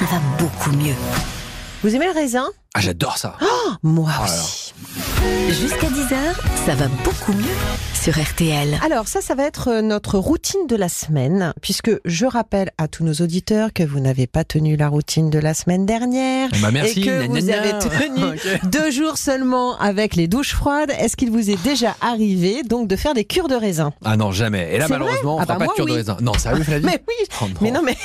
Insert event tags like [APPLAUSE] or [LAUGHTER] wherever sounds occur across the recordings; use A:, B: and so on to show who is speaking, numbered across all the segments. A: va beaucoup mieux.
B: Vous aimez le raisin
C: Ah, j'adore ça.
B: Moi
C: Oh là
B: aussi.
A: Jusqu'à 10h, ça va beaucoup mieux sur RTL.
B: Alors ça, ça va être euh, notre routine de la semaine, puisque je rappelle à tous nos auditeurs que vous n'avez pas tenu la routine de la semaine dernière.
C: Bah, merci.
B: et que
C: gna,
B: vous
C: gna,
B: avez
C: gna. [LAUGHS]
B: tenu
C: Ok.
B: deux jours seulement avec les douches froides. Est-ce qu'il vous est déjà arrivé donc de faire des cures de raisin
C: Ah non, jamais. Et là,
B: C'est
C: malheureusement,
B: Ah
C: on
B: bah,
C: fera pas de
B: moi,
C: cure de
B: oui.
C: raisin. Non, sérieux, Flavie
B: Mais oui,
C: Oh
B: mais non mais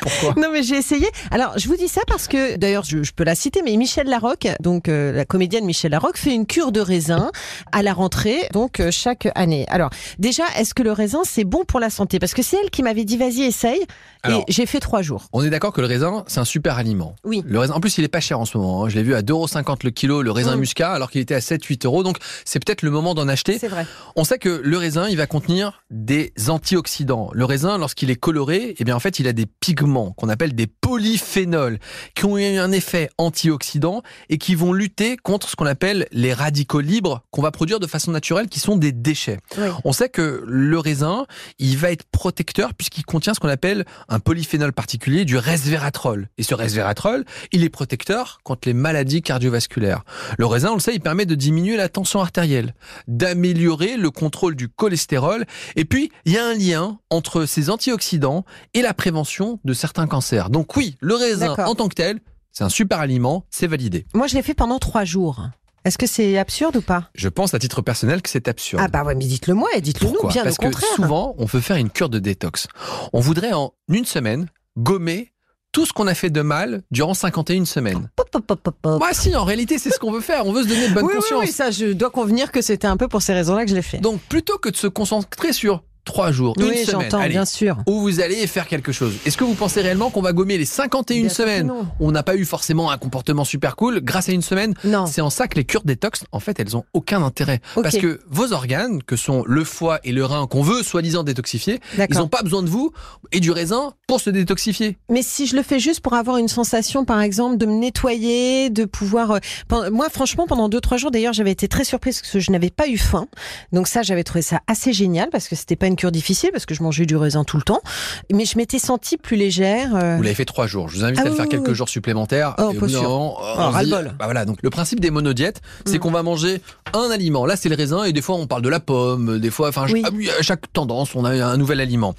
C: Pourquoi
B: Non mais j'ai essayé. Alors je vous dis ça parce que d'ailleurs je, je peux la citer, mais Michel Larocque, donc euh, la comédienne Michel Larocque fait une cure de raisin à la rentrée, donc euh, chaque année. Alors déjà, est-ce que le raisin c'est bon pour la santé Parce que c'est elle qui m'avait dit vas-y essaye,
C: Alors-
B: et j'ai fait trois jours.
C: On est d'accord que le raisin, c'est un super aliment.
B: Oui.
C: Le raisin, en plus, il est pas cher en ce moment. hein. Je l'ai vu à 2,50€ le kilo, le raisin
B: Mm.
C: muscat, alors qu'il était à 7-8 euros. Donc, c'est peut-être le moment d'en acheter.
B: vrai.
C: On sait que le raisin, il va contenir des antioxydants. Le raisin, lorsqu'il est coloré, eh bien en fait, il a des pigments qu'on appelle des polyphénols qui ont eu un effet antioxydant et qui vont lutter contre ce qu'on appelle les radicaux libres qu'on va produire de façon naturelle qui sont des déchets.
B: Oui.
C: On sait que le raisin, il va être protecteur puisqu'il contient ce qu'on appelle un polyphénol particulier du resveratrol. Et ce resveratrol, il est protecteur contre les maladies cardiovasculaires. Le raisin, on le sait, il permet de diminuer la tension artérielle, d'améliorer le contrôle du cholestérol. Et puis, il y a un lien entre ces antioxydants et la prévention de certains cancers. Donc oui, le raisin
B: D'accord.
C: en tant que tel, c'est un super aliment, c'est validé.
B: Moi je l'ai fait pendant trois jours. Est-ce que c'est absurde ou pas
C: Je pense à titre personnel que c'est absurde.
B: Ah bah ouais, mais dites-le moi et dites-le nous,
C: Pourquoi
B: bien
C: Parce
B: au contraire.
C: que souvent, on veut faire une cure de détox. On voudrait en une semaine gommer tout ce qu'on a fait de mal durant 51 semaines.
B: Pop, pop, pop, pop, pop.
C: Moi, si, en réalité, c'est ce qu'on veut faire. On veut se donner de bonne
B: Ah. oui, oui,
C: conscience.
B: oui, ça je dois convenir que c'était un peu pour ces raisons-là que je l'ai fait.
C: Donc, plutôt que de se concentrer sur trois jours,
B: oui,
C: une semaine,
B: j'entends,
C: allez,
B: bien sûr.
C: où vous allez faire quelque chose, est-ce que vous pensez réellement qu'on va gommer les 51
B: Bien sûr que
C: semaines
B: non.
C: On n'a pas eu forcément un comportement super cool grâce à une semaine.
B: Non.
C: C'est en ça que les cures détox, en fait, elles ont aucun intérêt.
B: Ok.
C: Parce que vos organes, que sont le foie et le rein, qu'on veut soi-disant détoxifier, ils
B: D'accord.
C: n'ont pas besoin de vous et du raisin pour se détoxifier.
B: Mais si je le fais juste pour avoir une sensation, par exemple, de me nettoyer, de pouvoir. euh, pen- Moi, franchement, pendant deux trois jours, d'ailleurs, j'avais été très surprise parce que je n'avais pas eu faim. Donc ça, j'avais trouvé ça assez génial parce que c'était pas une cure difficile parce que je mangeais du raisin tout le temps. Mais je m'étais sentie plus légère. euh,
C: Vous l'avez fait trois jours. Je vous invite
B: Ah
C: à le
B: oui,
C: faire
B: oui,
C: quelques
B: oui.
C: jours supplémentaires.
B: Oh,
C: Et au
B: pas
C: bout d'un
B: sûr.
C: moment,
B: Oh,
C: on se dit-
B: ras-le-bol.
C: bah voilà. Donc le principe des monodiètes, c'est
B: Mm.
C: qu'on va manger un aliment. Là, c'est le raisin et des fois on parle de la pomme, des fois, enfin, je-
B: Oui.
C: ah oui, à chaque tendance, on a un nouvel aliment.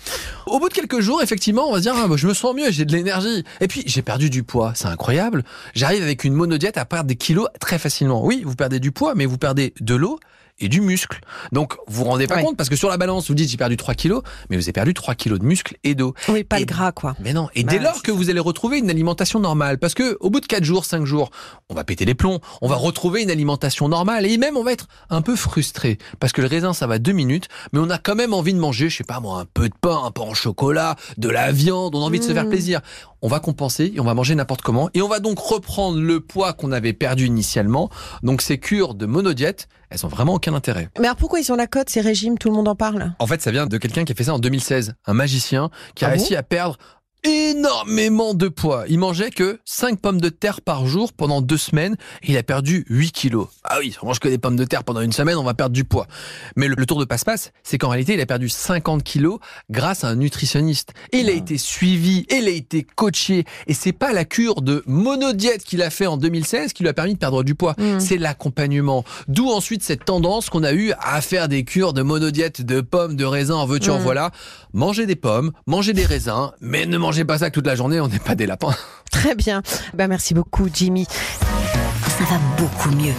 C: Au bout de quelques jours, effectivement, on va se dire, ah, bah, je me sens mieux, j'ai de l'énergie. Et puis j'ai perdu du poids, c'est incroyable. J'arrive avec une monodiète à perdre des kilos très facilement. Oui, vous perdez du poids, mais vous perdez de l'eau et du muscle. Donc, vous vous rendez pas
B: Ouais.
C: compte parce que sur la balance, vous dites j'ai perdu 3 kilos, mais vous avez perdu 3 kilos de muscle et d'eau.
B: Oui, pas
C: Et-
B: le gras, quoi.
C: Mais non. Et
B: Bah,
C: dès lors
B: c'est
C: que vous allez retrouver une alimentation normale, parce que au bout de 4 jours, 5 jours, on va péter les plombs, on va retrouver une alimentation normale et même on va être un peu frustré parce que le raisin ça va 2 minutes, mais on a quand même envie de manger, je sais pas moi, un peu de pain, un pain en chocolat, de la viande, on a envie de se
B: Mmh.
C: faire plaisir. On va compenser et on va manger n'importe comment et on va donc reprendre le poids qu'on avait perdu initialement. Donc ces cures de monodiète, elles ont vraiment aucun intérêt.
B: Mais alors pourquoi ils ont la cote ces régimes Tout le monde en parle.
C: En fait, ça vient de quelqu'un qui a fait ça en 2016, un magicien qui a
B: Ah bon
C: réussi à perdre énormément de poids. Il mangeait que 5 pommes de terre par jour pendant deux semaines et il a perdu 8 kilos. Ah oui, si on mange que des pommes de terre pendant une semaine, on va perdre du poids. Mais le, le tour de passe-passe, c'est qu'en réalité, il a perdu 50 kilos grâce à un nutritionniste. Il a
B: Ah.
C: été suivi, il a été coaché et c'est pas la cure de monodiète qu'il a fait en 2016 qui lui a permis de perdre du poids.
B: Mm.
C: C'est l'accompagnement. D'où ensuite cette tendance qu'on a eue à faire des cures de monodiète, de pommes, de raisins, en veux-tu, en
B: Mm.
C: voilà. Mangez des pommes, mangez des raisins, mais ne mangez pas ça toute la journée, on n'est pas des lapins.
B: Très bien. Bah merci beaucoup, Jimmy.
A: Ça va beaucoup mieux.